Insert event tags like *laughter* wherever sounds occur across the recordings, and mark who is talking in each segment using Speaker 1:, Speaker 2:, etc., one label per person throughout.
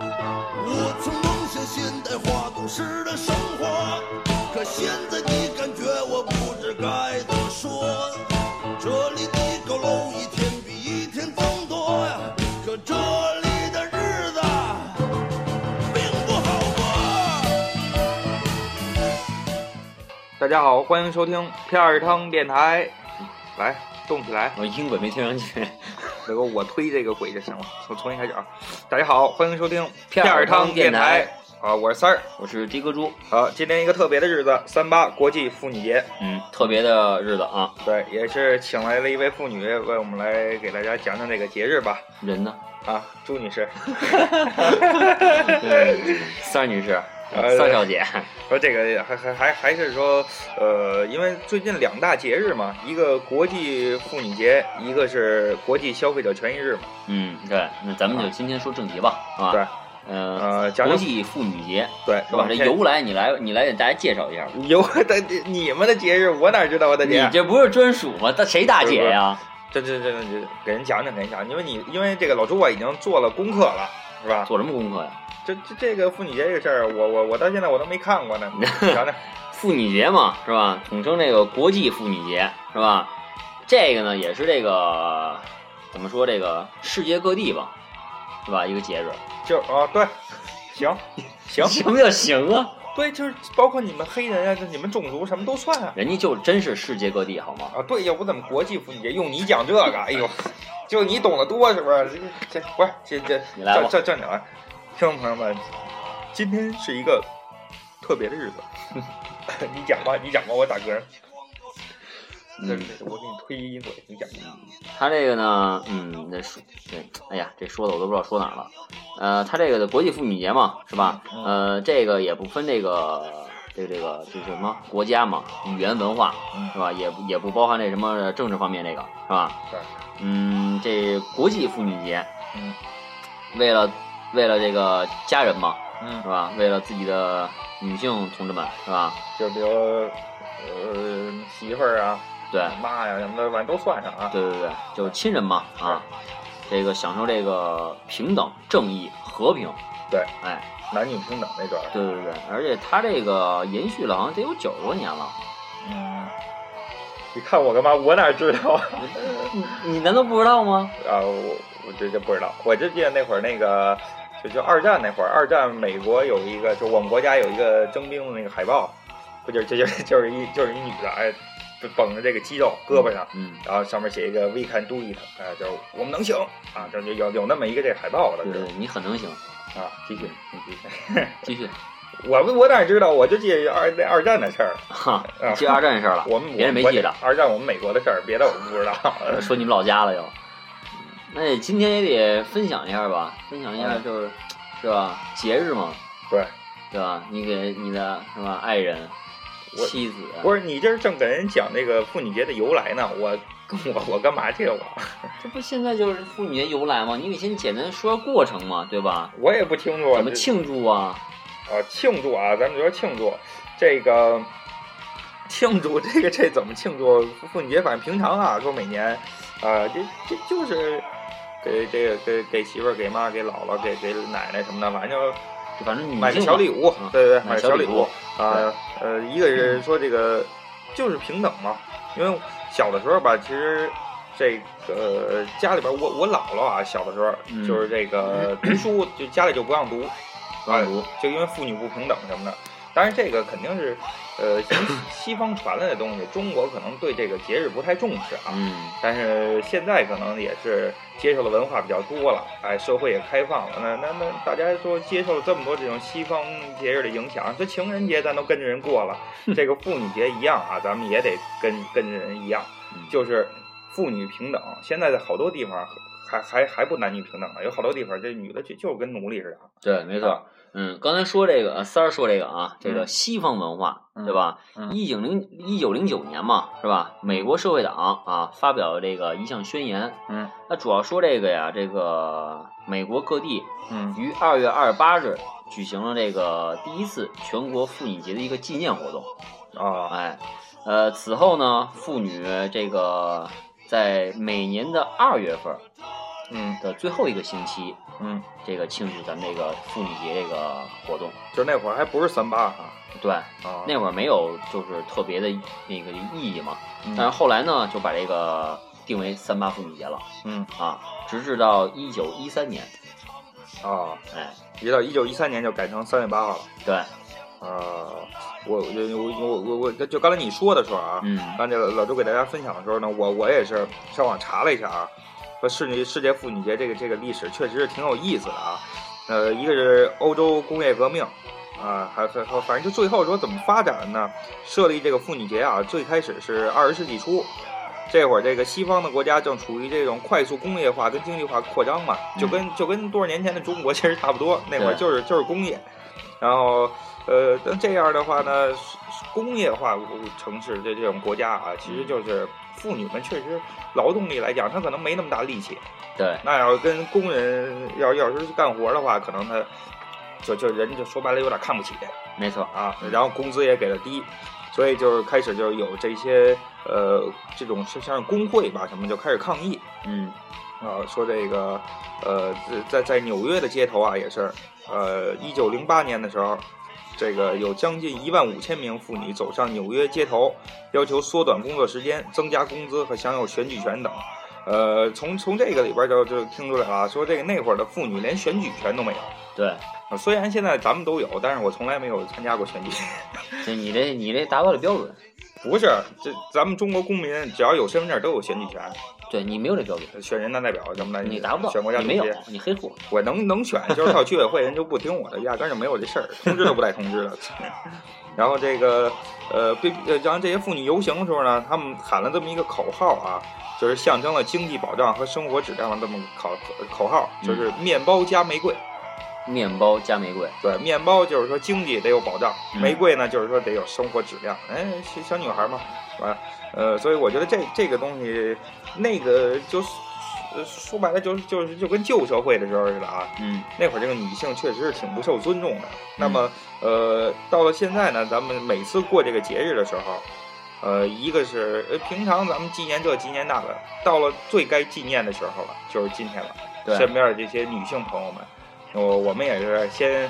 Speaker 1: 我曾梦想现代化都市的生活，可现在你感觉我不知该怎么说。这里的高楼一天比一天增多呀，可这里的日子并不好过。
Speaker 2: 大家好，欢迎收听片儿汤电台，来动起来！
Speaker 3: 我音轨没听上去。
Speaker 2: 这个我推这个鬼就行了，我重新开始啊！大家好，欢迎收听
Speaker 3: 片儿汤
Speaker 2: 电
Speaker 3: 电台
Speaker 2: 啊，我是三儿。
Speaker 3: 我是的哥猪，
Speaker 2: 好，今天一个特别的日子，三八国际妇女节，
Speaker 3: 嗯，特别的日子啊，
Speaker 2: 对，也是请来了一位妇女为我们来给大家讲讲这个节日吧。
Speaker 3: 人 *laughs* 呢？
Speaker 2: 啊，朱女士
Speaker 3: 嗯三儿女士，
Speaker 2: 呃
Speaker 3: 三儿小姐，
Speaker 2: 说这个还还还还是说，呃，因为最近两大节日嘛，一个国际妇女节，一个是国际消费者权益日嘛，
Speaker 3: 嗯，对，那咱们就今天说正题吧，啊，
Speaker 2: 对，
Speaker 3: 嗯，
Speaker 2: 呃，讲
Speaker 3: 国
Speaker 2: 讲
Speaker 3: 际妇女节
Speaker 2: 对
Speaker 3: 是吧？这
Speaker 2: 这
Speaker 3: 由来你来，你来给大家介绍一下吧。
Speaker 2: 有的 *laughs* 你们的节日，我哪知道啊，大
Speaker 3: 你
Speaker 2: 姐？
Speaker 3: 这不是专属吗？大谁大姐呀？
Speaker 2: 这这这这这给人讲讲，给人讲，因为你因为这个老朱啊已经做了功课了，是吧？
Speaker 3: 做什么功课呀？
Speaker 2: 这这这个妇女节这个事儿，我我我到现在我都没看过呢，你
Speaker 3: *laughs*
Speaker 2: 讲讲。
Speaker 3: 妇女节嘛，是吧？统称这个国际妇女节，是吧？这个呢，也是这个怎么说？这个世界各地吧，是吧？一个节日，
Speaker 2: 就啊，对，行行，
Speaker 3: 什么叫行啊？
Speaker 2: 对，就是包括你们黑人啊，就你们种族什么都算啊。
Speaker 3: 人家就真是世界各地，好吗？
Speaker 2: 啊，对，要不怎么国际妇女节用你讲这个？哎呦，就你懂得多是不是？这这不是这这
Speaker 3: 你来吧
Speaker 2: 这这这你来，听众朋友们，今天是一个特别的日子， *laughs* 你讲吧，你讲吧，我打嗝。这
Speaker 3: 嗯，
Speaker 2: 这我给你推音轨，你讲吧。
Speaker 3: 他这个呢，嗯，这说，对，哎呀，这说的我都不知道说哪儿了。呃，他这个的国际妇女节嘛，是吧？
Speaker 2: 嗯
Speaker 3: 呃，这个也不分这个这个这个这什么国家嘛，语言文化
Speaker 2: 嗯
Speaker 3: 是吧？也不也不包含这什么政治方面这个是吧？
Speaker 2: 对，
Speaker 3: 嗯，这国际妇女节，
Speaker 2: 嗯，
Speaker 3: 为了为了这个家人嘛，
Speaker 2: 嗯
Speaker 3: 是，吧？为了自己的女性同志们，是吧？
Speaker 2: 就比如呃媳妇儿啊，
Speaker 3: 对，
Speaker 2: 妈呀什么的，反正都算上啊。
Speaker 3: 对对对，就是亲人嘛啊，这个享受这个平等、正义、和平，
Speaker 2: 对，
Speaker 3: 哎，
Speaker 2: 男女平等那段儿。
Speaker 3: 对对对，而且他这个延续了好像得有九十多年了，
Speaker 2: 嗯，你看我干嘛？我哪知道啊？
Speaker 3: 你难道不知道吗？
Speaker 2: 啊，我我这这不知道，我就记得那会儿那个，就就二战那会儿，二战美国有一个，就我们国家有一个征兵的那个海报，不就就就就是一就是一女的，哎，就绷着这个肌肉胳膊上，
Speaker 3: 嗯，
Speaker 2: 然后上面写一个 “We can do it”，啊，就是我们能行啊，就就有有那么一个这个海报我倒
Speaker 3: 对
Speaker 2: 是
Speaker 3: 对，你很能行，
Speaker 2: 啊，继续，
Speaker 3: 你继续，继续，
Speaker 2: *laughs*
Speaker 3: *laughs*
Speaker 2: 我我哪知道，我就记得二那二战的事儿， *laughs*
Speaker 3: 哈
Speaker 2: 啊，
Speaker 3: 记二战的事儿了，
Speaker 2: 我们
Speaker 3: 别人没记着，
Speaker 2: 我二战我们美国的事儿，别的我们不知道。
Speaker 3: 说你们老家了又，嗯那也今天也得分享一下吧，分享一下就是，是吧？节日嘛，
Speaker 2: 嗯对，
Speaker 3: 对吧？你给你的什么爱人、
Speaker 2: 我
Speaker 3: 妻子，啊
Speaker 2: 不是你这是正给人讲这个妇女节的由来呢，我我我干嘛去我？
Speaker 3: 这不现在就是妇女节由来吗？你得先简单说过程嘛，对吧？
Speaker 2: 我也不清楚啊
Speaker 3: 怎么庆祝啊？
Speaker 2: 这啊庆祝啊，咱们就说庆祝这个庆祝这个这怎么庆祝妇女节？反正平常啊，说每年啊，这这就是给这个给给媳妇儿、给妈、给姥姥、给给奶奶什么的，反正就
Speaker 3: 就反正女性嘛
Speaker 2: 买个小礼物
Speaker 3: 啊，
Speaker 2: 对对，对
Speaker 3: 买
Speaker 2: 买个
Speaker 3: 小
Speaker 2: 小
Speaker 3: 礼
Speaker 2: 礼物啊，呃，一个是说这个就是平等嘛，因为小的时候吧，其实这个家里边我我姥姥啊，小的时候
Speaker 3: 嗯
Speaker 2: 就是这 *clears throat* 个读书就家里就不让读，
Speaker 3: 不让读
Speaker 2: 哎就因为妇女不平等什么的。当然，这个肯定是，呃，从西方传来的东西，中国可能对这个节日不太重视啊。
Speaker 3: 嗯，
Speaker 2: 但是现在可能也是接受的文化比较多了，哎，社会也开放了，那那那大家说接受了这么多这种西方节日的影响，这情人节咱都跟着人过
Speaker 3: *laughs*
Speaker 2: 了，这个妇女节一样啊，咱们也得跟跟着人一样，
Speaker 3: 嗯
Speaker 2: 就是妇女平等。现在在好多地方还还还不男女平等了，有好多地方这女的就就是跟奴隶似的啊，
Speaker 3: 对，没错。嗯，刚才说这个呃三儿说这个啊，这个
Speaker 2: 嗯
Speaker 3: 西方文化，
Speaker 2: 嗯
Speaker 3: 对吧
Speaker 2: 嗯？
Speaker 3: 一九零一九零九年嘛，是吧？美国社会党啊发表这个一项宣言，
Speaker 2: 嗯
Speaker 3: 那主要说这个呀，这个美国各地
Speaker 2: 嗯
Speaker 3: 于二月二十八日举行了这个第一次全国妇女节的一个纪念活动。
Speaker 2: 啊
Speaker 3: 哎，呃，此后呢，妇女这个在每年的二月份
Speaker 2: 嗯
Speaker 3: 的最后一个星期，
Speaker 2: 嗯，
Speaker 3: 这个庆祝咱们这个妇女节这个活动。
Speaker 2: 就那会儿还不是三八啊，
Speaker 3: 对，
Speaker 2: 啊，
Speaker 3: 那会儿没有就是特别的那个意义嘛，
Speaker 2: 嗯
Speaker 3: 但是后来呢，就把这个定为三八妇女节了
Speaker 2: 嗯
Speaker 3: 啊，直至到一九一三年，
Speaker 2: 啊，
Speaker 3: 哎，
Speaker 2: 一到一九一三年就改成三月八号了。
Speaker 3: 对，
Speaker 2: 啊，我我我我我我就刚才你说的时候啊，
Speaker 3: 嗯
Speaker 2: 刚才老老周给大家分享的时候呢，我我也是上网查了一下啊，说世界世界妇女节这个这个历史确实是挺有意思的啊。呃，一个是欧洲工业革命啊，还还还反正就最后说怎么发展呢？设立这个妇女节啊，最开始是二十世纪初。这会儿，这个西方的国家正处于这种快速工业化跟经济化扩张嘛，就跟就跟多少年前的中国其实差不多。那会儿
Speaker 3: 嗯对
Speaker 2: 就是就是工业，然后呃，那这样的话呢，是是工业化城市的这种国家啊，其实就是妇女们确实劳动力来讲，她可能没那么大力气。
Speaker 3: 对，
Speaker 2: 那要是跟工人要要是干活的话，可能她就就人就说白了有点看不起
Speaker 3: 没错，
Speaker 2: 啊， *laughs* 然后工资也给的低。所以就是开始就有这些呃这种像像工会吧什么就开始抗议，
Speaker 3: 嗯
Speaker 2: 啊，说这个，呃，在在纽约的街头啊，也是，呃，一九零八年的时候，这个有将近一万五千名妇女走上纽约街头，要求缩短工作时间、增加工资和享有选举权等。呃，从从这个里边就就听出来了啊，说这个那会儿的妇女连选举权都没有。
Speaker 3: 对，
Speaker 2: 啊虽然现在咱们都有，但是我从来没有参加过选举。
Speaker 3: 就你这你这达到了标准，
Speaker 2: *laughs* 不是，这咱们中国公民只要有身份证都有选举权，呃
Speaker 3: 对你没有这标准，
Speaker 2: 选人大代表什么的，
Speaker 3: 你达不到
Speaker 2: 选国家，
Speaker 3: 你
Speaker 2: 主
Speaker 3: 没
Speaker 2: 席
Speaker 3: 有，你黑户，
Speaker 2: 我能能选，就是到居委会人就不听我的，压根儿就没有这事儿，通知都不带通知的。 *laughs* 然后这个呃，被呃，然后这些妇女游行的时候呢，他们喊了这么一个口号啊，就是象征了经济保障和生活质量的这么个口口号，就是面包加玫瑰。
Speaker 3: 面包加玫瑰，
Speaker 2: 对，面包就是说经济得有保障，
Speaker 3: 嗯
Speaker 2: 玫瑰呢就是说得有生活质量。哎，小小女孩嘛，完了，呃，所以我觉得这这个东西，那个就是呃说白了就是就是就跟旧社会的时候似的啊，
Speaker 3: 嗯
Speaker 2: 那会儿这个女性确实是挺不受尊重的。那么，呃，到了现在呢，咱们每次过这个节日的时候，呃，一个是呃平常咱们纪念这纪念那个，到了最该纪念的时候了，就是今天了。
Speaker 3: 对
Speaker 2: 身边的这些女性朋友们，我我们也是先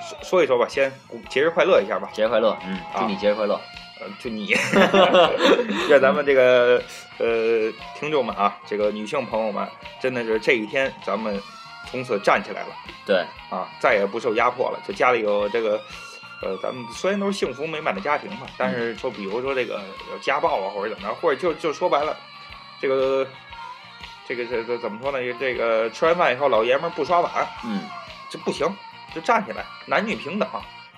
Speaker 2: 说说一说吧，先鼓节日快乐一下吧。
Speaker 3: 节日快乐，嗯，祝你节日快乐，
Speaker 2: 呃，就你，让咱们这个呃听众们啊，这个女性朋友们，真的是这一天，咱们从此站起来了。
Speaker 3: 对，
Speaker 2: 啊，再也不受压迫了。就家里有这个，呃，咱们虽然都是幸福美满的家庭嘛，但是说比如说这个有家暴啊，或者怎么着，或者就就说白了，这个这个这这怎么说呢？这个吃完饭以后，老爷们儿不刷碗，
Speaker 3: 嗯
Speaker 2: 这不行，就站起来，男女平等，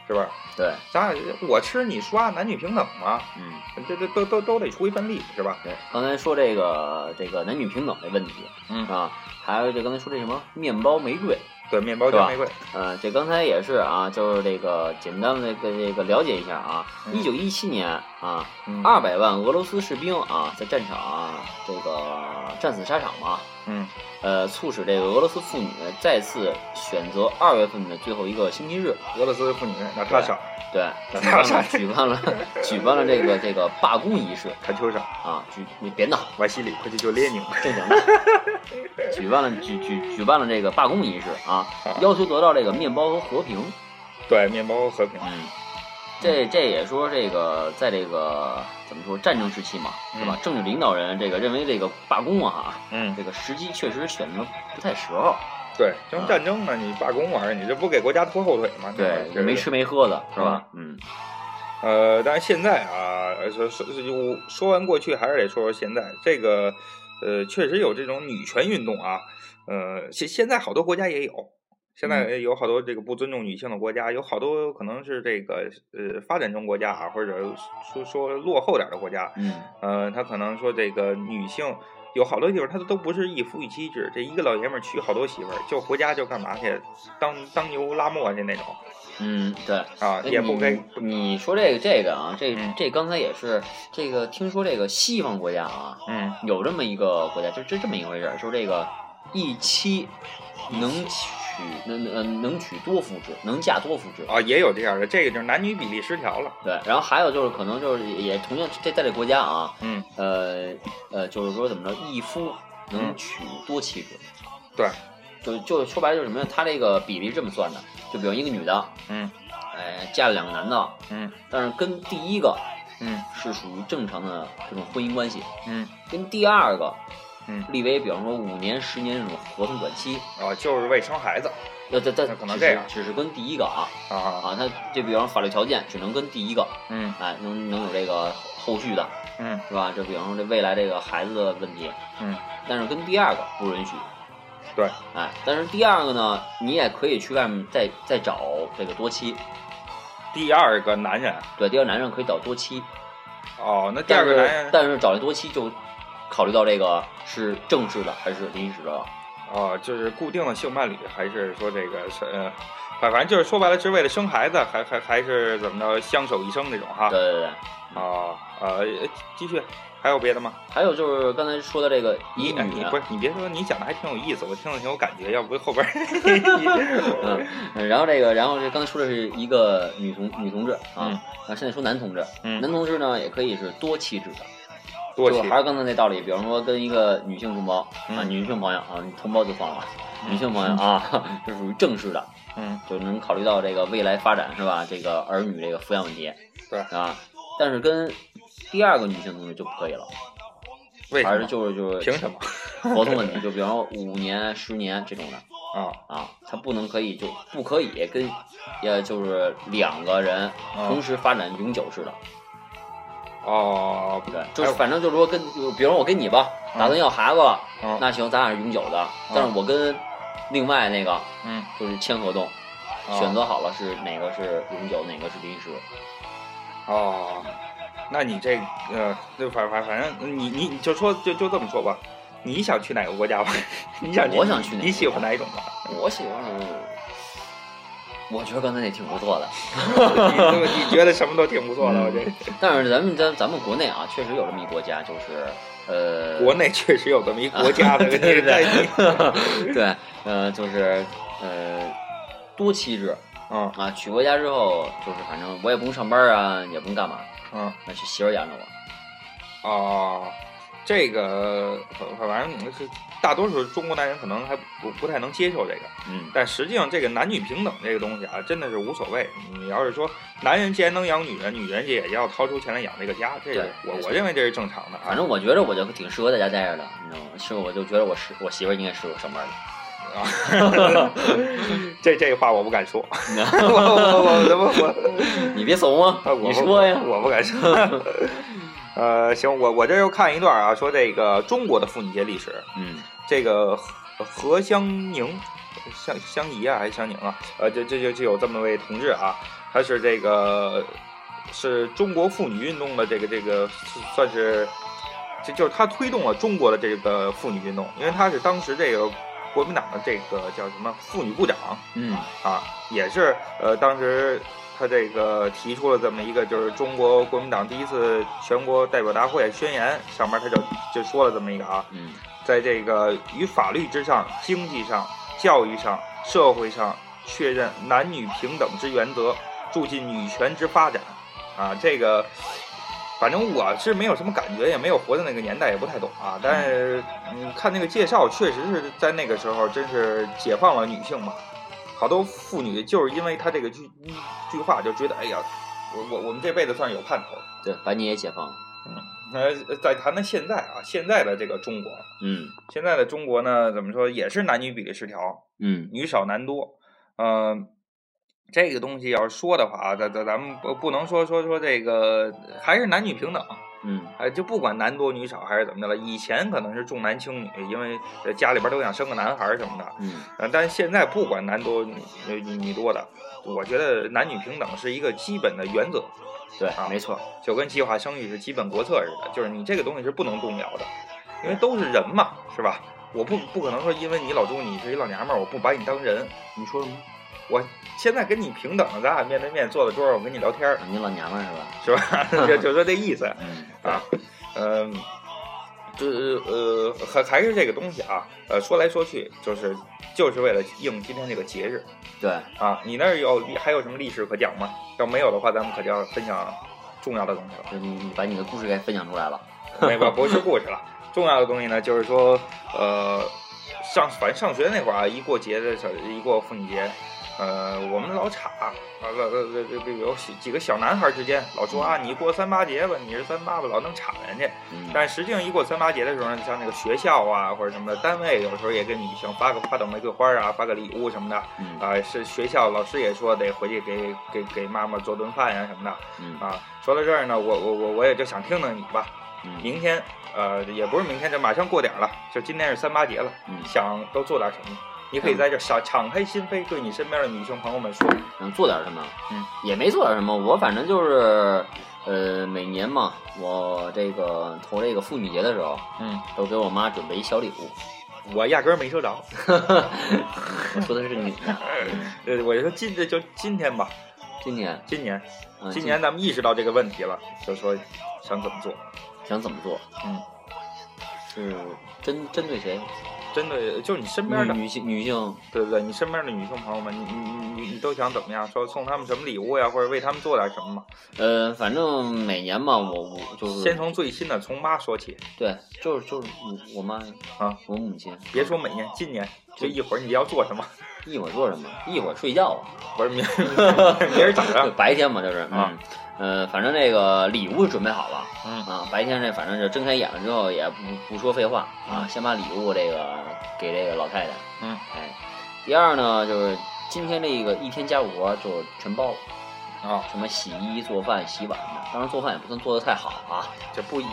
Speaker 2: 是不是？
Speaker 3: 对，
Speaker 2: 咱俩我吃你刷，男女平等嘛，
Speaker 3: 嗯。
Speaker 2: 这这都都都得出一份力，是吧？
Speaker 3: 对，刚才说这个这个男女平等的问题，
Speaker 2: 嗯
Speaker 3: 啊，还有就刚才说这什么面包玫瑰，
Speaker 2: 对，面包
Speaker 3: 是
Speaker 2: 加
Speaker 3: 吧
Speaker 2: 玫瑰，
Speaker 3: 呃，这刚才也是啊，就是这个简单的这个这个了解一下啊，
Speaker 2: 嗯
Speaker 3: 一九一七年啊，
Speaker 2: 嗯
Speaker 3: 二百万俄罗斯士兵啊在战场啊这个战死沙场嘛，
Speaker 2: 嗯
Speaker 3: 呃，促使这个俄罗斯妇女再次选择二月份的最后一个星期日，
Speaker 2: 俄罗斯妇女娜塔莎，
Speaker 3: *laughs* 对，
Speaker 2: 那
Speaker 3: 举办
Speaker 2: 啥
Speaker 3: 了举办了举办了这个这个罢工仪式
Speaker 2: 卡秋莎，
Speaker 3: 啊，举你别闹，
Speaker 2: 瓦西里，快去救列宁。
Speaker 3: 正经的，举办了举举举办了这个罢工仪式啊
Speaker 2: 啊，
Speaker 3: 要求得到这个面包和和平。
Speaker 2: 对，面包和平，
Speaker 3: 嗯，这这也说这个在这个怎么说战争时期嘛，是吧？政治领导人这个认为这个罢工啊，
Speaker 2: 嗯
Speaker 3: 这。个时机确实选的不太时候，
Speaker 2: 对，这种
Speaker 3: 啊
Speaker 2: 战争呢，你罢工玩意儿，你这不给国家拖后腿吗？
Speaker 3: 对，
Speaker 2: 这
Speaker 3: 没吃。没喝的是吧？嗯，
Speaker 2: 呃，但是现在啊，呃说说说说完过去，还是得说说现在。这个呃，确实有这种女权运动啊。呃，现现在好多国家也有，现在
Speaker 3: 嗯
Speaker 2: 有好多这个不尊重女性的国家，有好多可能是这个呃发展中国家啊，或者说说落后点儿的国家，
Speaker 3: 嗯，
Speaker 2: 呃，他可能说这个女性有好多地方，他都不是一夫一妻制，这一个老爷们儿娶好多媳妇儿，就回家就干嘛去，当当牛拉磨去那种
Speaker 3: 嗯，对。
Speaker 2: 啊，
Speaker 3: 哎
Speaker 2: 也不给
Speaker 3: 你你说这个这个啊，这
Speaker 2: 嗯
Speaker 3: 这刚才也是这个，听说这个西方国家啊，
Speaker 2: 嗯
Speaker 3: 有这么一个国家，就这这么一回事儿，说这个一妻能娶娶能呃能娶多夫制，能嫁多夫制。
Speaker 2: 啊，也有这样的，这个就是男女比例失调了。
Speaker 3: 对，然后还有就是可能就是也同样这在这国家啊，
Speaker 2: 嗯，
Speaker 3: 呃呃，就是说怎么着，一夫能
Speaker 2: 嗯
Speaker 3: 娶多妻制，
Speaker 2: 对，
Speaker 3: 就就说白了就是什么呀？他这个比例是这么算的，就比如一个女的，
Speaker 2: 嗯
Speaker 3: 哎，嫁了两个男的，
Speaker 2: 嗯
Speaker 3: 但是跟第一个
Speaker 2: 嗯
Speaker 3: 是属于正常的这种婚姻关系，
Speaker 2: 嗯
Speaker 3: 跟第二个
Speaker 2: 嗯，
Speaker 3: 立为比方说五年、十年这种合同短期，
Speaker 2: 啊，就是为生孩子
Speaker 3: 呃，这这
Speaker 2: 那可能
Speaker 3: 只
Speaker 2: 这
Speaker 3: 是
Speaker 2: 样
Speaker 3: 只是跟第一个啊
Speaker 2: 啊，
Speaker 3: 啊，他就比方说法律条件只能跟第一个，
Speaker 2: 嗯
Speaker 3: 哎，能能有这个后续的
Speaker 2: 嗯
Speaker 3: 是吧？这比方说这未来这个孩子的问题，
Speaker 2: 嗯，
Speaker 3: 但是跟第二个不允许，
Speaker 2: 对，
Speaker 3: 哎，但是第二个呢，你也可以去外面再再找这个多妻，
Speaker 2: 第二个男人，
Speaker 3: 对，第二男人可以找多妻，
Speaker 2: 哦，那第
Speaker 3: 但
Speaker 2: 二个
Speaker 3: 是
Speaker 2: 男人，
Speaker 3: 但是找这多妻就考虑到这个是正式的还是临时的了，
Speaker 2: 哦，就是固定的性伴侣，还是说这个是，呃反反正就是说白了是为了生孩子，还还还是怎么着相守一生那种哈
Speaker 3: 对。对对。
Speaker 2: 哦，呃，继续，还有别的吗？
Speaker 3: 还有就是刚才说的这个以
Speaker 2: 你哎
Speaker 3: 女
Speaker 2: 你
Speaker 3: 啊
Speaker 2: 不，是你别说，你讲的还挺有意思，我听着挺有感觉，要不后边儿
Speaker 3: 嗯，嗯 *laughs* 然后这个，然后这刚才说的是一个女同女同志啊，
Speaker 2: 嗯
Speaker 3: 啊，现在说男同志，
Speaker 2: 嗯
Speaker 3: 男同志呢也可以是多妻制的，
Speaker 2: *laughs* 多
Speaker 3: 就
Speaker 2: 气
Speaker 3: 还是刚才那道理，比方说跟一个女性同胞、啊，
Speaker 2: 嗯
Speaker 3: 女性朋友啊，同胞就算了，
Speaker 2: 嗯
Speaker 3: 女性朋友啊，这属于正式的，
Speaker 2: 嗯
Speaker 3: 就能考虑到这个未来发展是吧？这个儿女这个抚养问题，
Speaker 2: 对
Speaker 3: 啊，但是跟第二个女性同志就不可以了，
Speaker 2: 为
Speaker 3: 还
Speaker 2: 什
Speaker 3: 是
Speaker 2: 么？
Speaker 3: 就是就是
Speaker 2: 凭什么
Speaker 3: *laughs* 合同问题，就比方说五年、十年这种的。
Speaker 2: 啊？
Speaker 3: 啊，他不能可以就不可以跟，也就是两个人
Speaker 2: 嗯
Speaker 3: 同时发展永久式的，
Speaker 2: 哦，
Speaker 3: 对，就
Speaker 2: 还有
Speaker 3: 是反正就是说跟，就比如说我跟你吧，
Speaker 2: 嗯
Speaker 3: 打算要孩子了，
Speaker 2: 嗯
Speaker 3: 那行，咱俩是永久的，但是我跟另外那个
Speaker 2: 嗯，
Speaker 3: 就是签合同，
Speaker 2: 哦
Speaker 3: 选择好了是哪个是永久，哪个是临时，
Speaker 2: 哦，那你这呃，就反反反正你你你就说就就这么说吧，你想去哪个国家吧？ *laughs* 你想
Speaker 3: 我想去哪个
Speaker 2: 你喜欢哪一种吧？
Speaker 3: 我喜欢。我觉得刚才那挺不错的，
Speaker 2: 你就你觉得什么都挺不错的，
Speaker 3: 嗯
Speaker 2: 我觉得
Speaker 3: 但是咱们咱咱们国内啊，确实有这么一国家，就是呃，
Speaker 2: 国内确实有这么一国家的
Speaker 3: *laughs* 对对
Speaker 2: 这在
Speaker 3: 对，对，呃，就是呃，多妻制
Speaker 2: 嗯
Speaker 3: 啊，娶回家之后，就是反正我也不用上班啊，也不用干嘛，
Speaker 2: 嗯
Speaker 3: 那是媳妇儿养着我。
Speaker 2: 哦。这个反反正是大多数中国男人可能还不不太能接受这个，
Speaker 3: 嗯，
Speaker 2: 但实际上，这个男女平等这个东西啊，真的是无所谓。你要是说男人既然能养女人，女人也要掏出钱来养这个家，这个
Speaker 3: 对
Speaker 2: 我
Speaker 3: 没错嗯
Speaker 2: 我认为这是正常的啊。
Speaker 3: 反正我觉得我就挺适合在家待着的，你知道吗？是我就觉得我是我媳妇儿应该适合上班的。
Speaker 2: 啊，这这话我不敢说， *laughs* 我我我我
Speaker 3: 你别怂啊
Speaker 2: 嗯我，，
Speaker 3: 你说呀。
Speaker 2: 我不敢说。 *laughs* 呃，行，我我这又看一段啊，说这个中国的妇女节历史，
Speaker 3: 嗯，
Speaker 2: 这个何何香凝，香香怡啊，还是香凝啊？呃，这这就就有这么位同志啊，他是这个是中国妇女运动的这个这个算是，这就是他推动了中国的这个妇女运动，因为他是当时这个国民党的这个叫什么妇女部长
Speaker 3: 嗯，
Speaker 2: 啊，也是呃当时。他这个提出了这么一个，就是中国国民党第一次全国代表大会宣言上面，他就就说了这么一个啊，
Speaker 3: 嗯，
Speaker 2: 在这个与法律之上、经济上、教育上、社会上确认男女平等之原则，促进女权之发展。啊，这个，反正我是没有什么感觉，也没有活在那个年代，也不太懂啊。但是，嗯，看那个介绍，确实是在那个时候，真是解放了女性嘛。好多妇女就是因为他这个句嗯句话，就觉得，哎呀，我我我们这辈子算是有盼头了。
Speaker 3: 对，把你也解放了。
Speaker 2: 呃，再谈谈现在啊，现在的这个中国，
Speaker 3: 嗯
Speaker 2: 现在的中国呢，怎么说也是男女比例失调，
Speaker 3: 嗯
Speaker 2: 女少男多。嗯、这个东西要是说的话，啊咱咱咱们不不能说说说这个还是男女平等，
Speaker 3: 嗯，
Speaker 2: 哎，就不管男多女少还是怎么的了。以前可能是重男轻女，因为呃家里边都想生个男孩儿什么的。
Speaker 3: 嗯，
Speaker 2: 呃但是现在不管男多女女女多的，我觉得男女平等是一个基本的原则，
Speaker 3: 对
Speaker 2: 啊，
Speaker 3: 没错，
Speaker 2: 就跟计划生育是基本国策似的，就是你这个东西是不能动摇的，因为都是人嘛，是吧？我不不可能说因为你老朱你是一老娘们儿，我不把你当人。
Speaker 3: 你说什么？
Speaker 2: 我现在跟你平等，咱俩面对面坐在桌上，我跟你聊天儿， *laughs*
Speaker 3: 你老娘们儿是吧？
Speaker 2: 是吧？就就说这意思
Speaker 3: 嗯，
Speaker 2: 啊，嗯。这呃还还是这个东西啊，呃说来说去就是就是为了应今天这个节日
Speaker 3: 对，
Speaker 2: 啊。你那儿有历还有什么历史可讲吗？要没有的话，咱们可就要分享重要的东西了。
Speaker 3: 就你你把你的故事给分享出来了。
Speaker 2: *laughs* 那个不是故事了，重要的东西呢，就是说，呃，上反正上学那会儿啊，一过节的小一过妇女节，呃，我们老吵，啊，老老老这这有几几个小男孩之间老说啊，你过三八节吧，你是三八吧，老弄吵人家。
Speaker 3: 嗯，
Speaker 2: 但实际上一过三八节的时候呢，像那个学校啊或者什么的单位，有时候也给你想发个发朵玫瑰花啊，发个礼物什么的啊、
Speaker 3: 嗯
Speaker 2: 是学校老师也说得回去给给给妈妈做顿饭呀、什么的
Speaker 3: 嗯
Speaker 2: 啊。说到这儿呢，我我我我也就想听听你吧。
Speaker 3: 嗯
Speaker 2: 明天，呃，也不是明天，这马上过点儿了，就今天是三八节了，
Speaker 3: 嗯，
Speaker 2: 想都做点什么？你可以在这敞敞开心扉，对你身边的女性朋友们说，
Speaker 3: 能做点什么？
Speaker 2: 嗯，
Speaker 3: 也没做点什么，我反正就是，呃，每年嘛，我这个投这个妇女节的时候，
Speaker 2: 嗯，
Speaker 3: 都给我妈准备一小礼
Speaker 2: *laughs*
Speaker 3: 物。
Speaker 2: 我压根儿没收着，
Speaker 3: 我说的是你呢，
Speaker 2: 呃，我就说今这就今天吧，
Speaker 3: 今年，
Speaker 2: 今年，
Speaker 3: 嗯，
Speaker 2: 啊今年咱们意识到这个问题了，就说想怎么做，
Speaker 3: 想怎么做？
Speaker 2: 嗯，
Speaker 3: 是针针对谁？
Speaker 2: 针对就是你身边
Speaker 3: 女
Speaker 2: 的，
Speaker 3: 女性女性，
Speaker 2: 对不对？你身边的女性朋友们，你你你你你都想怎么样？说送他们什么礼物啊呀，或者为他们做点什么嘛？
Speaker 3: 呃，反正每年嘛，我我就是
Speaker 2: 先从最新的从妈说起，
Speaker 3: 对，就是就是我我妈
Speaker 2: 啊，
Speaker 3: 我母亲，
Speaker 2: 别说每年，今年就一会儿你要做 *laughs* 什么。
Speaker 3: 一会儿做什么，一会儿睡觉啊。
Speaker 2: 不是明明儿早
Speaker 3: 就
Speaker 2: 上，
Speaker 3: 白天嘛，就是
Speaker 2: 啊
Speaker 3: 嗯，呃，反正那个礼物准备好了
Speaker 2: 嗯
Speaker 3: 啊，白天这反正就睁开眼了之后也不不说废话啊，先把礼物这个给这个老太太，
Speaker 2: 嗯，
Speaker 3: 哎，第二呢就是今天这个一天家务活儿就全包了，
Speaker 2: 啊，
Speaker 3: 什么洗衣、做饭、洗碗的，当然做饭也不算做的太好啊，
Speaker 2: 这不你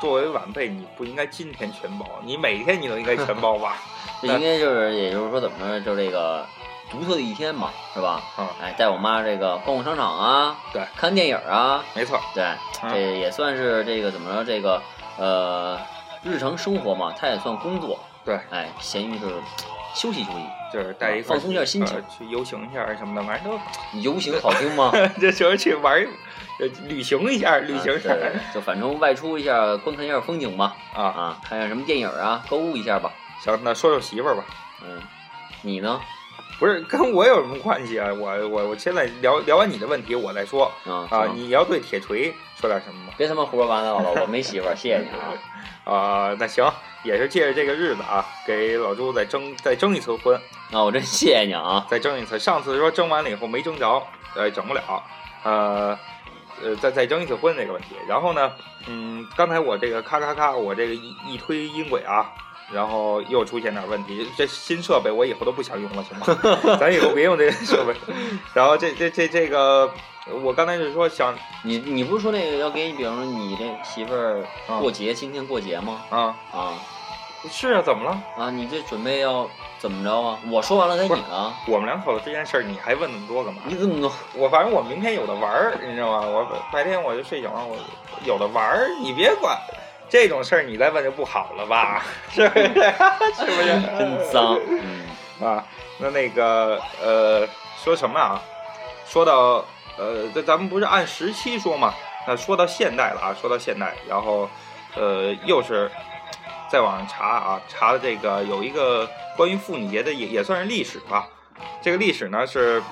Speaker 2: 作为晚辈，你不应该今天全包，你每天你都应该全包
Speaker 3: *laughs*
Speaker 2: 吧？
Speaker 3: 这应该就是也就是说怎么着，就是这个独特的一天嘛，是吧？
Speaker 2: 嗯
Speaker 3: 哎，带我妈这个逛逛商场啊，
Speaker 2: 对嗯
Speaker 3: 看电影啊，
Speaker 2: 没错，啊
Speaker 3: 对，这也算是这个怎么着？这个呃，日常生活嘛，它也算工作。
Speaker 2: 对，
Speaker 3: 哎，闲鱼就是休息休息，
Speaker 2: 就是带一块
Speaker 3: 嗯放松一下心情
Speaker 2: 呃去游行一下什么的，反正
Speaker 3: 游行好听吗？
Speaker 2: 都这时候去玩一，呃旅行一下， *laughs* 旅行一
Speaker 3: 啊
Speaker 2: 下
Speaker 3: 对就反正外出一下，观看一下风景吧，
Speaker 2: 啊。
Speaker 3: 啊，看看什么电影啊，购物一下吧。
Speaker 2: 行，那说说媳妇儿吧，
Speaker 3: 嗯，你呢？
Speaker 2: 不是跟我有什么关系啊？我我我现在聊聊完你的问题，我再说
Speaker 3: 啊
Speaker 2: 啊。
Speaker 3: 行
Speaker 2: 你要对铁锤说点什么吗？
Speaker 3: 别他妈胡说八道了，我没媳妇儿，谢谢你啊。
Speaker 2: 啊、那行，也是借着这个日子啊，给老朱再征再征一次婚。
Speaker 3: 那我真谢谢你啊。
Speaker 2: 再争一次。上次说争完了以后没争着，呃，整不了，呃，呃，再再争一次婚这个问题。然后呢，嗯，刚才我这个咔咔咔，我这个一一推音轨啊，然后又出现点问题。这新设备我以后都不想用了，行吗？咱以后别用这个设备。然后这这这这个，我刚才是说想
Speaker 3: 你你不是说那个要给，比方说你这媳妇儿过节，今天过节吗？
Speaker 2: 啊，
Speaker 3: 啊
Speaker 2: 是啊，怎么了？
Speaker 3: 啊，你这准备要怎么着啊？我说完了该你了。
Speaker 2: 我们两口子之间事儿，你还问那么多干嘛？
Speaker 3: 你怎么弄？
Speaker 2: 我反正我明天有的玩儿，你知道吗？我白天我就睡醒了，我有的玩儿，你别管这种事儿，你再问就不好了吧？是不是？是不是？
Speaker 3: *laughs*
Speaker 2: *laughs*
Speaker 3: 真脏。嗯，
Speaker 2: 啊！那那个呃，说什么啊？说到呃，这咱们不是按时期说嘛？那说到现代了啊，说到现代，然后呃，又是再往上查啊，查的这个有一个关于妇女节的也也算是历史吧。这个历史呢是，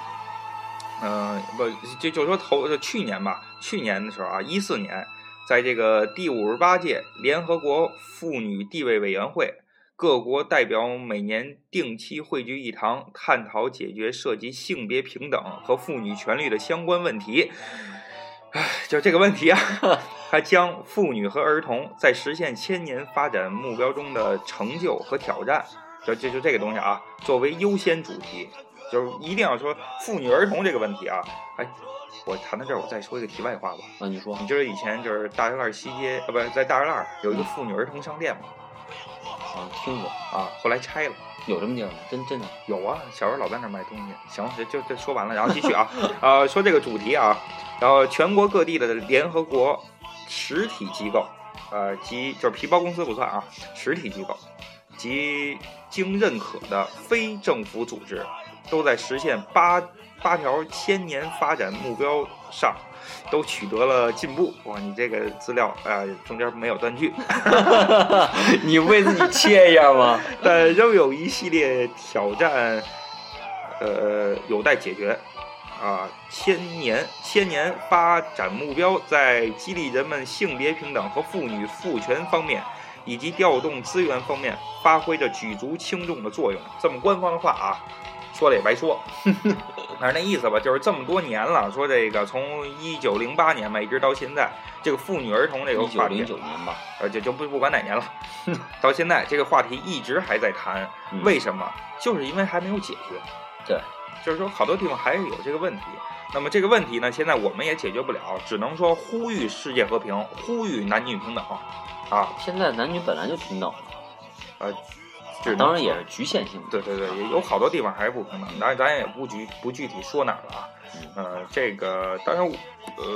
Speaker 2: 嗯、不就就说头就去年吧，去年的时候啊，一四年，在这个第五十八届联合国妇女地位委员会，各国代表每年定期汇聚一堂，探讨解决涉及性别平等和妇女权利的相关问题。唉，就这个问题啊，它将妇女和儿童在实现千年发展目标中的成就和挑战，就就就这个东西啊，作为优先主题，就是一定要说妇女儿童这个问题啊。哎，我谈到这儿，我再说一个题外话吧。
Speaker 3: 啊，你说
Speaker 2: 你知道以前就是大栅栏西街，呃，不是在大栅栏有一个妇女儿童商店嘛？
Speaker 3: 啊，听过
Speaker 2: 啊，后来拆了。
Speaker 3: 有这么地儿吗？真真的
Speaker 2: 有啊，小时候老在那儿卖东西。行，这就这说完了，然后继续啊，啊，说这个主题啊，然后全国各地的联合国实体机构，呃，及就是皮包公司不算啊，实体机构及经认可的非政府组织，都在实现八八条千年发展目标上都取得了进步。哇，你这个资料啊、呃中间没有断句，
Speaker 3: 你为自己切一下 *laughs* 吗？
Speaker 2: 但仍有一系列挑战，呃，有待解决。啊，千年千年发展目标在激励人们性别平等和妇女赋权方面，以及调动资源方面发挥着举足轻重的作用。这么官方的话啊，说了也白
Speaker 3: *laughs*
Speaker 2: 说，反正那意思吧，就是这么多年了，说这个从一九零八年吧，一直到现在，这个妇女儿童这个
Speaker 3: 一九
Speaker 2: 话题
Speaker 3: 零，九年吧，
Speaker 2: 呃，就就不不管哪年了， *laughs* 到现在这个话题一直还在谈，
Speaker 3: 嗯
Speaker 2: 为什么？就是因为还没有解决。
Speaker 3: 对，
Speaker 2: 就是说好多地方还是有这个问题。那么这个问题呢，现在我们也解决不了，只能说呼吁世界和平，呼吁男女平等，啊，呃
Speaker 3: 现在男女本来就平等了，
Speaker 2: 只
Speaker 3: 当
Speaker 2: 能
Speaker 3: 然也是局限性的。
Speaker 2: 对对对，也有好多地方还是不平等，当然咱也不具不具体说哪儿了啊。
Speaker 3: 嗯，
Speaker 2: 呃，这个当然，呃，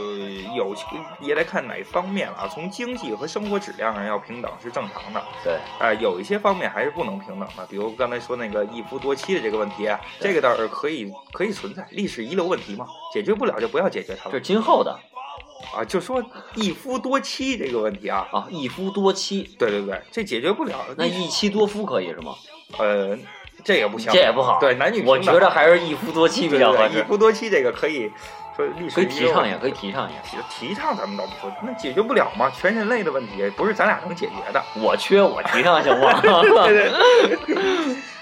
Speaker 2: 有也得看哪方面了啊。从经济和生活质量上要平等是正常的，
Speaker 3: 对，
Speaker 2: 呃，有一些方面还是不能平等的，比如刚才说那个一夫多妻的这个问题啊，
Speaker 3: 对
Speaker 2: 这个倒是可以可以存在，历史遗留问题嘛，解决不了就不要解决它
Speaker 3: 这
Speaker 2: 了
Speaker 3: 是今后的
Speaker 2: 啊。就说一夫多妻这个问题啊，
Speaker 3: 啊，一夫多妻，
Speaker 2: 对对对，这解决不了，
Speaker 3: 那一妻多夫可以是吗？
Speaker 2: 呃，这也不行，
Speaker 3: 这也不好。
Speaker 2: 对男女平等
Speaker 3: 我觉得还是一夫多妻比
Speaker 2: 对
Speaker 3: 较合
Speaker 2: 对对，一
Speaker 3: 适，
Speaker 2: 夫多妻这个可以说历史
Speaker 3: 可以
Speaker 2: 遗
Speaker 3: 提
Speaker 2: 留
Speaker 3: 倡一下，可以提倡一下。
Speaker 2: 提提倡咱们倒不说，那解决不了嘛，全人类的问题不是咱俩能解决的。
Speaker 3: 我缺，我提倡行 *laughs* 吗？
Speaker 2: *laughs* 对对，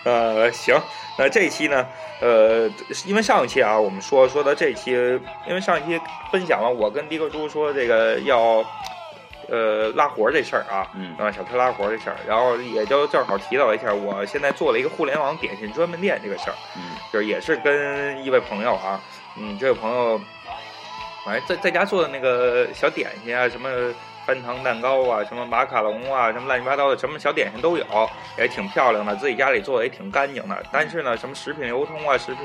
Speaker 2: 呃，行，那这一期呢，呃，因为上一期啊，我们说说到这一期，因为上一期分享了我跟迪克猪说这个要，呃，拉活儿这事儿啊，
Speaker 3: 嗯
Speaker 2: 啊，小车拉活儿这事儿，然后也就正好提到一下，我现在做了一个互联网点心专门店这个事儿，
Speaker 3: 嗯，
Speaker 2: 就是也是跟一位朋友啊，嗯，这位朋友，反正在在家做的那个小点心啊，什么翻糖蛋糕啊，什么马卡龙啊，什么乱七八糟的，什么小点心都有，也挺漂亮的，自己家里做的也挺干净的。但是呢，什么食品流通啊，食品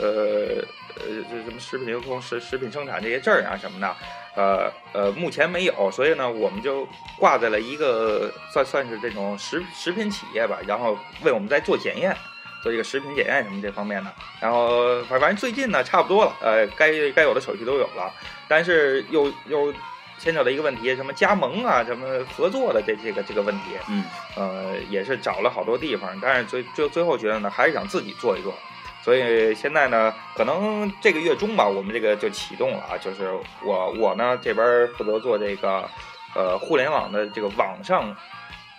Speaker 2: 呃呃，这什么食品流通、食食品生产这些证儿啊什么的。呃呃，目前没有，所以呢，我们就挂在了一个算算是这种食食品企业吧，然后为我们在做检验，做这个食品检验什么这方面的。然后反反正最近呢，差不多了，呃，该该有的手续都有了，但是又又牵扯了一个问题，什么加盟啊，什么合作的这这个这个问题，
Speaker 3: 嗯，
Speaker 2: 呃，也是找了好多地方，但是最最最后觉得呢，还是想自己做一做。所以现在呢，可能这个月中吧，我们这个就启动了啊，就是我我呢这边儿负责做这个呃互联网的这个网上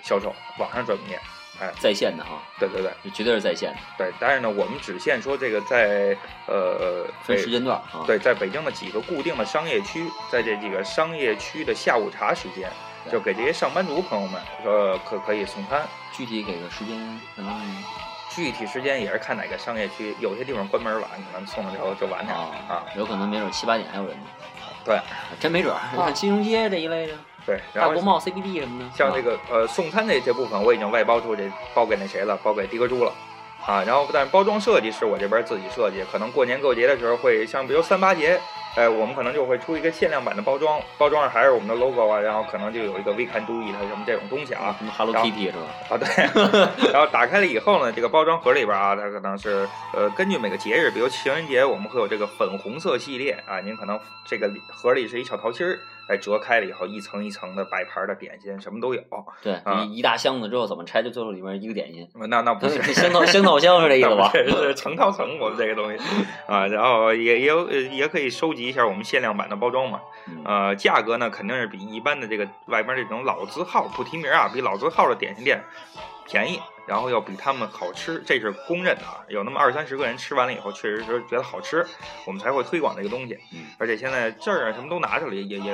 Speaker 2: 销售，网上转变，
Speaker 3: 在线的哈，
Speaker 2: 对对对
Speaker 3: 这绝对是在线的，
Speaker 2: 对。但是呢，我们只限说这个在呃
Speaker 3: 分
Speaker 2: 北
Speaker 3: 时间段啊。
Speaker 2: 对，在北京的几个固定的商业区，在这几个商业区的下午茶时间，
Speaker 3: 对
Speaker 2: 就给这些上班族朋友们呃可可以送餐。
Speaker 3: 具体给个时间嗯让他们
Speaker 2: 具体时间也是看哪个商业区，有些地方关门晚，可能送的时候就晚点儿
Speaker 3: 啊
Speaker 2: 啊。，
Speaker 3: 有可能没准七八点还有人呢。啊
Speaker 2: 对
Speaker 3: 真没准儿，像金融街这一类的，
Speaker 2: 对，然
Speaker 3: 大
Speaker 2: 后
Speaker 3: 国贸 CBD 什么的，
Speaker 2: 像这个
Speaker 3: 个
Speaker 2: 呃送餐这这部分，我已经外包出去，包给那谁了，包给迪哥猪了。啊，然后但是包装设计是我这边自己设计，可能过年过节的时候会像比如三八节，哎、我们可能就会出一个限量版的包装，包装上还是我们的 logo 啊，然后可能就有一个 We Can Do It 什么这种东西啊
Speaker 3: 什么 Hello
Speaker 2: 然后
Speaker 3: Kitty 是吧？
Speaker 2: 啊对，然后打开了以后呢，这个包装盒里边啊，它可能是呃根据每个节日，比如情人节我们会有这个粉红色系列啊，您可能这个盒里是一小桃心儿，哎折开了以后一层一层的摆盘的点心什么都有，
Speaker 3: 对
Speaker 2: 啊，
Speaker 3: 一一大箱子之后怎么拆？就最后里面一个点心，
Speaker 2: 那那不是
Speaker 3: 香套香套香是这意思吧？嗯
Speaker 2: 这是成套成我们这个东西啊，然后也也有呃也可以收集一下我们限量版的包装嘛。
Speaker 3: 嗯
Speaker 2: 呃，价格呢肯定是比一般的这个外边这种老字号不提名啊，比老字号的点心店便宜，然后要比他们好吃，这是公认的啊。有那么二三十个人吃完了以后，确实是觉得好吃，我们才会推广这个东西。
Speaker 3: 嗯，
Speaker 2: 而且现在证儿啊什么都拿着了，也也也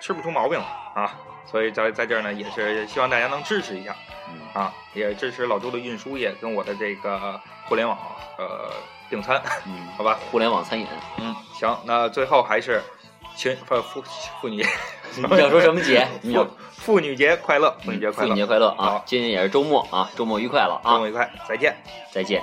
Speaker 2: 吃不出毛病了啊。所以在在这儿呢，也是希望大家能支持一下。
Speaker 3: 嗯
Speaker 2: 啊，也支持老周的运输业跟我的这个互联网呃订餐，
Speaker 3: 嗯，
Speaker 2: 好吧？
Speaker 3: 互联网
Speaker 2: *laughs*
Speaker 3: 餐饮，
Speaker 2: 嗯，行，那最后还是情妇妇妇女节，
Speaker 3: 你想说什么节？你想
Speaker 2: 妇妇女节快乐，妇女节快
Speaker 3: 妇
Speaker 2: 乐，
Speaker 3: 女节快乐啊
Speaker 2: 好！
Speaker 3: 今天也是周末啊，周末愉快了
Speaker 2: 周
Speaker 3: 啊
Speaker 2: 末！愉快，再见。
Speaker 3: 再见。